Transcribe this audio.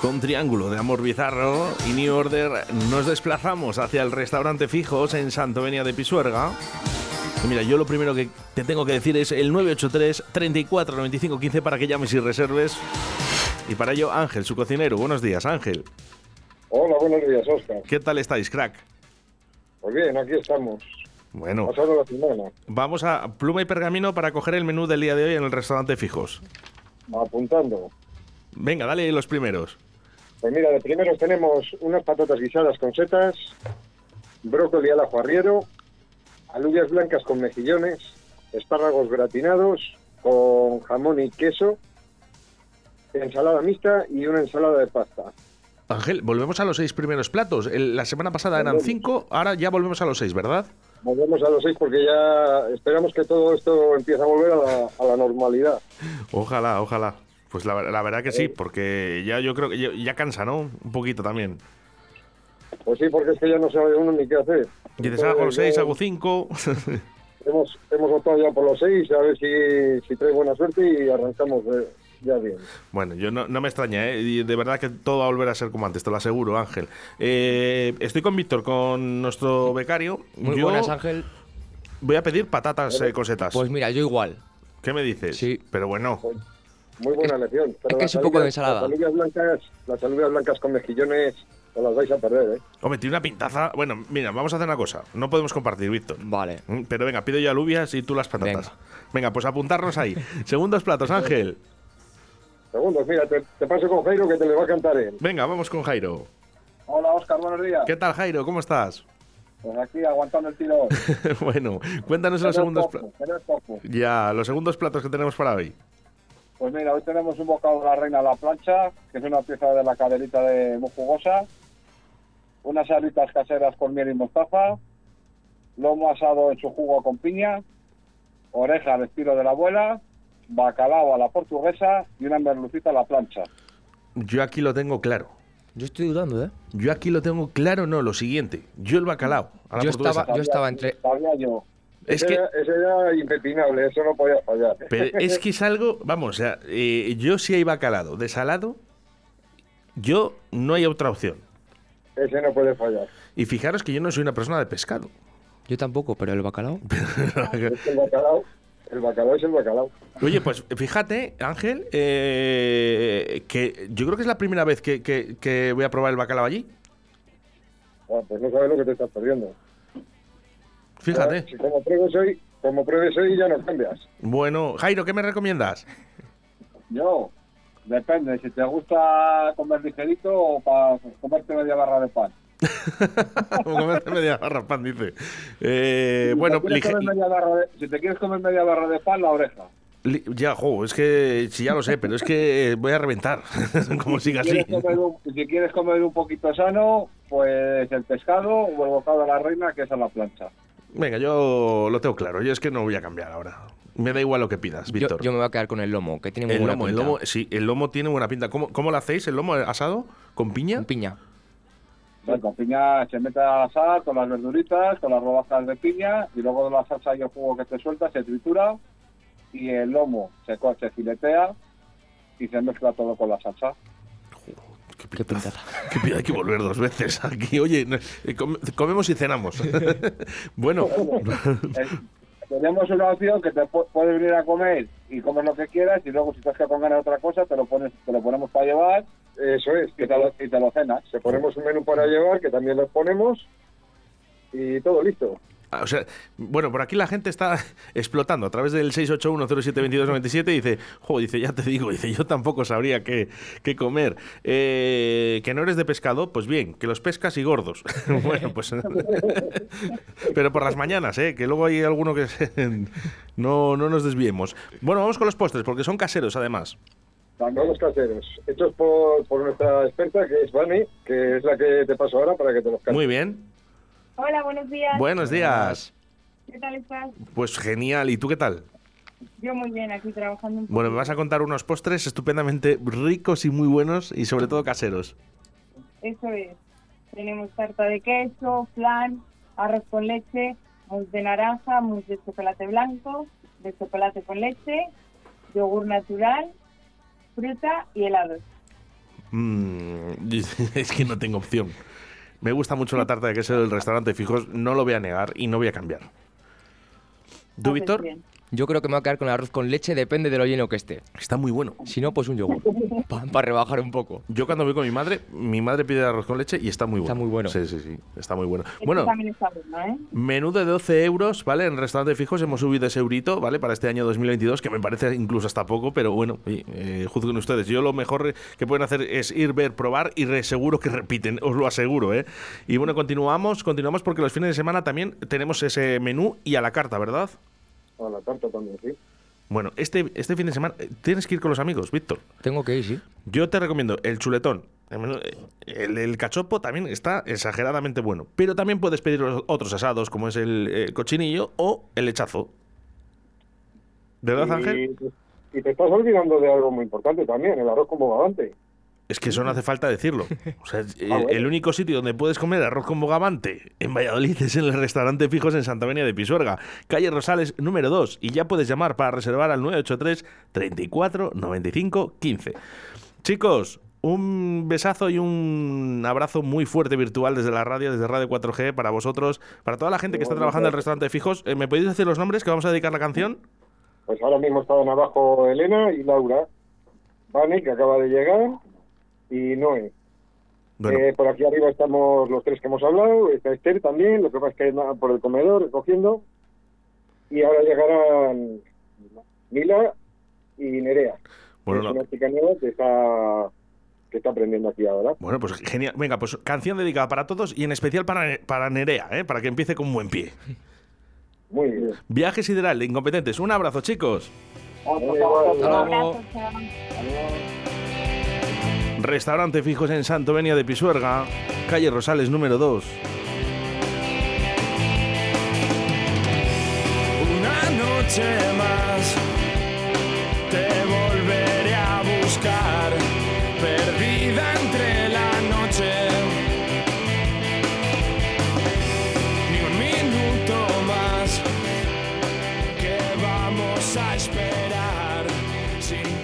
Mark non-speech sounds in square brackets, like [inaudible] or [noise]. Con Triángulo de Amor Bizarro y New Order nos desplazamos hacia el restaurante Fijos en Santovenia de Pisuerga. Y mira, yo lo primero que te tengo que decir es el 983 34 95 15 para que llames y reserves. Y para ello, Ángel, su cocinero. Buenos días, Ángel. Hola, buenos días, Oscar. ¿Qué tal estáis, crack? Pues bien, aquí estamos. Bueno, Pasado la semana. vamos a pluma y pergamino para coger el menú del día de hoy en el restaurante Fijos. Apuntando. Venga, dale los primeros. Pues mira, de primeros tenemos unas patatas guisadas con setas, brócoli al ajo arriero, alubias blancas con mejillones, espárragos gratinados con jamón y queso, ensalada mixta y una ensalada de pasta. Ángel, volvemos a los seis primeros platos. El- la semana pasada eran Volvemos. cinco, ahora ya volvemos a los seis, ¿verdad? Volvemos a los seis porque ya esperamos que todo esto empiece a volver a la, a la normalidad. Ojalá, ojalá. Pues la, la verdad que sí, porque ya yo creo que ya, ya cansa, ¿no? Un poquito también. Pues sí, porque es que ya no sabe uno ni qué hacer. Dices, "Ah, Entonces, hago los seis, ya- hago cinco. [laughs] Hemos, hemos optado ya por los seis, a ver si, si trae buena suerte y arrancamos eh, ya bien. Bueno, yo no, no me extraña, ¿eh? Y de verdad que todo va a volver a ser como antes, te lo aseguro, Ángel. Eh, estoy con Víctor, con nuestro becario. Muy Yo buenas, Ángel. Voy a pedir patatas eh, cosetas. Pues mira, yo igual. ¿Qué me dices? sí. Pero bueno, Muy buena Es- elección. es que las es un poco de alubias- ensalada. Las alubias blancas, las alubias blancas con mejillones no las vais a perder, ¿eh? hombre, tiene una pintaza. Bueno, mira, vamos a hacer una cosa. No podemos compartir, Víctor. Vale. Mm, Pero venga, pido yo alubias y tú las patatas. Venga, Venga. pues apuntarnos ahí. Segundos platos, Ángel. Segundos, mira, te, te paso con Jairo que te le va a cantar él. Venga, vamos con Jairo. Hola, Oscar, buenos días. ¿Qué tal, Jairo? ¿Cómo estás? Pues aquí aguantando el tiro. [laughs] bueno, cuéntanos los segundos pues, platos. Ya, los segundos platos que tenemos para hoy. Pues mira, hoy tenemos un bocado de la reina a la plancha, que es una pieza de la caderita de muy jugosa, unas alitas caseras con miel y mostaza, lomo asado en su jugo con piña, oreja al estilo de la abuela, bacalao a la portuguesa y una merlucita a la plancha. Yo aquí lo tengo claro. Yo estoy dudando, ¿eh? Yo aquí lo tengo claro, no, lo siguiente. Yo el bacalao. A la Yo portuguesa. estaba- Yo entre- Sabía yo. Es [laughs] que- ese era impepinable, eso no podía fallar. Pero es que es algo, vamos, o sea, eh, yo si hay bacalao de salado, yo no hay otra opción. Ese no puede fallar. Y fijaros que yo no soy una persona de pescado. Yo tampoco, pero el [laughs] bacalao. el bacalao, el bacalao es el bacalao. Oye, [laughs] pues fíjate, Ángel, eh, que yo creo que es la primera vez que, que- que voy a probar el bacalao allí. pues no sabes lo que te estás perdiendo. Fíjate. Ah, Si como pruebes hoy, como pruebes hoy ya no cambias. Bueno, Jairo, ¿qué me recomiendas? [laughs] Yo, depende, si te gusta comer ligerito o para comerte media barra de pan. Como comerte media barra pan, dice. Eh, Si bueno, te quieres lige- comer media barra de- si te quieres comer media barra de pan, la oreja. li- ya, jo, es que si ya lo sé, pero es que eh, voy a reventar. [laughs] Como siga Si así. quieres, comer un, si quieres comer un poquito sano, pues el pescado o el bocado a la reina, que es a la plancha. Venga, yo lo tengo claro. Yo es que no voy a cambiar ahora. Me da igual lo que pidas, Yo, Víctor. yo me voy a quedar con el lomo, que tiene muy El buena lomo, el pinta. lomo, sí, el lomo tiene buena pinta. ¿Cómo, cómo lo hacéis? ¿El lomo asado? ¿Con piña? Con piña. Bueno, con piña se mete a la sal, con las verduritas, con las rodajas de piña, y luego de la salsa y el jugo que te suelta se tritura, y el lomo se, co- se filetea y se mezcla todo con la salsa. Qué pintaza. [laughs] Que pida hay que volver dos veces aquí. Oye, no- eh, com- comemos y cenamos. [laughs] [laughs] bueno, Eh, tenemos una opción que te pu- puedes venir a comer y comes lo que quieras y luego si estás con ganas de otra cosa te lo pones te lo ponemos para llevar eso es y te lo, y te lo cenas se ponemos un menú para llevar que también lo ponemos y todo listo Ah, o sea, bueno, por aquí la gente está [laughs] explotando a través del 681072297 dice, jo, dice, ya te digo, [laughs] dice, yo tampoco sabría qué, qué comer. Eh, que no eres de pescado, pues bien, que los pescas y gordos. [laughs] bueno, pues pero por las mañanas, eh, que luego hay alguno que se- [laughs] no no nos desviemos. Bueno, vamos con los postres porque son caseros además. también los caseros hechos por, por nuestra experta que es Vani que es la que te paso ahora para que te los Muy bien. Hola, buenos días. Buenos días. ¿Qué tal estás? Pues genial, ¿y tú qué tal? Yo muy bien, aquí trabajando un poco. Bueno, me vas a contar unos postres estupendamente ricos y muy buenos y sobre todo caseros. Eso es. Tenemos tarta de queso, flan, arroz con leche, mousse de naranja, mousse de chocolate blanco, de chocolate con leche, yogur natural, fruta y helados. Mm, [laughs] es que no tengo opción. Me gusta mucho la tarta de queso del restaurante Fijos, no lo voy a negar y no voy a cambiar. ¿Tú, Haces Víctor? Ah, pues bien. Yo creo que me voy a quedar con el arroz con leche, depende de lo lleno que esté. Está muy bueno. Si no, pues un yogur. Para rebajar un poco. Yo cuando voy con mi madre, mi madre pide arroz con leche y está muy bueno. Está muy bueno. Sí, sí, sí, está muy bueno. Esto Bueno, también está bueno, ¿eh? menú de 12 euros, ¿vale? En restaurante fijos hemos subido ese eurito, ¿vale? Para este año 2022, que me parece incluso hasta poco, pero bueno, oye, eh, juzguen ustedes. Yo lo mejor que pueden hacer es ir, ver, probar y re- seguro que repiten, os lo aseguro, ¿eh? Y bueno, continuamos, continuamos porque los fines de semana también tenemos ese menú y a la carta, ¿verdad? A la tarta también, sí. Bueno, este, este fin de semana eh, tienes que ir con los amigos, Víctor. Tengo que ir, sí. Yo te recomiendo el chuletón. El menú- El, el cachopo también está exageradamente bueno. Pero también puedes pedir los otros asados, como es el eh, cochinillo o el lechazo. ¿Verdad, Ángel? Y, y te estás olvidando de algo muy importante también, el arroz con bogavante. Es que eso no hace falta [laughs] decirlo. O sea, es- el, Ah, bueno. el único sitio donde puedes comer arroz con bogavante en Valladolid es en el restaurante Fijos en Santa Venia de Pisuerga, calle Rosales número 2. Y ya puedes llamar para reservar al 983 34 95 15. Chicos, un besazo y un abrazo muy fuerte virtual desde la radio, desde Radio 4G, para vosotros, para toda la gente que está trabajando en el restaurante Fijos. Eh, ¿Me podéis decir los nombres que vamos a dedicar la canción? Pues ahora mismo estaban abajo Elena y Laura. Vani, que acaba de llegar, y Noé. Bueno, Eh, por aquí arriba estamos los tres que hemos hablado, está Esther también, lo que pasa es que anda por el comedor recogiendo. Y ahora llegarán Mila y Nerea, bueno, que no. es una chica nueva que está, que está aprendiendo aquí ahora. Bueno, pues genial. Venga, pues canción dedicada para todos y en especial para, para Nerea, ¿eh? para que empiece con buen pie. Muy bien. Viaje sideral de incompetentes. Un abrazo, chicos. Un luego. abrazo, chao. Restaurante Fijos en Santo Venia de Pisuerga, calle Rosales número 2. Una noche más te volveré a buscar, perdida entre la noche. Ni un minuto más que vamos a esperar sin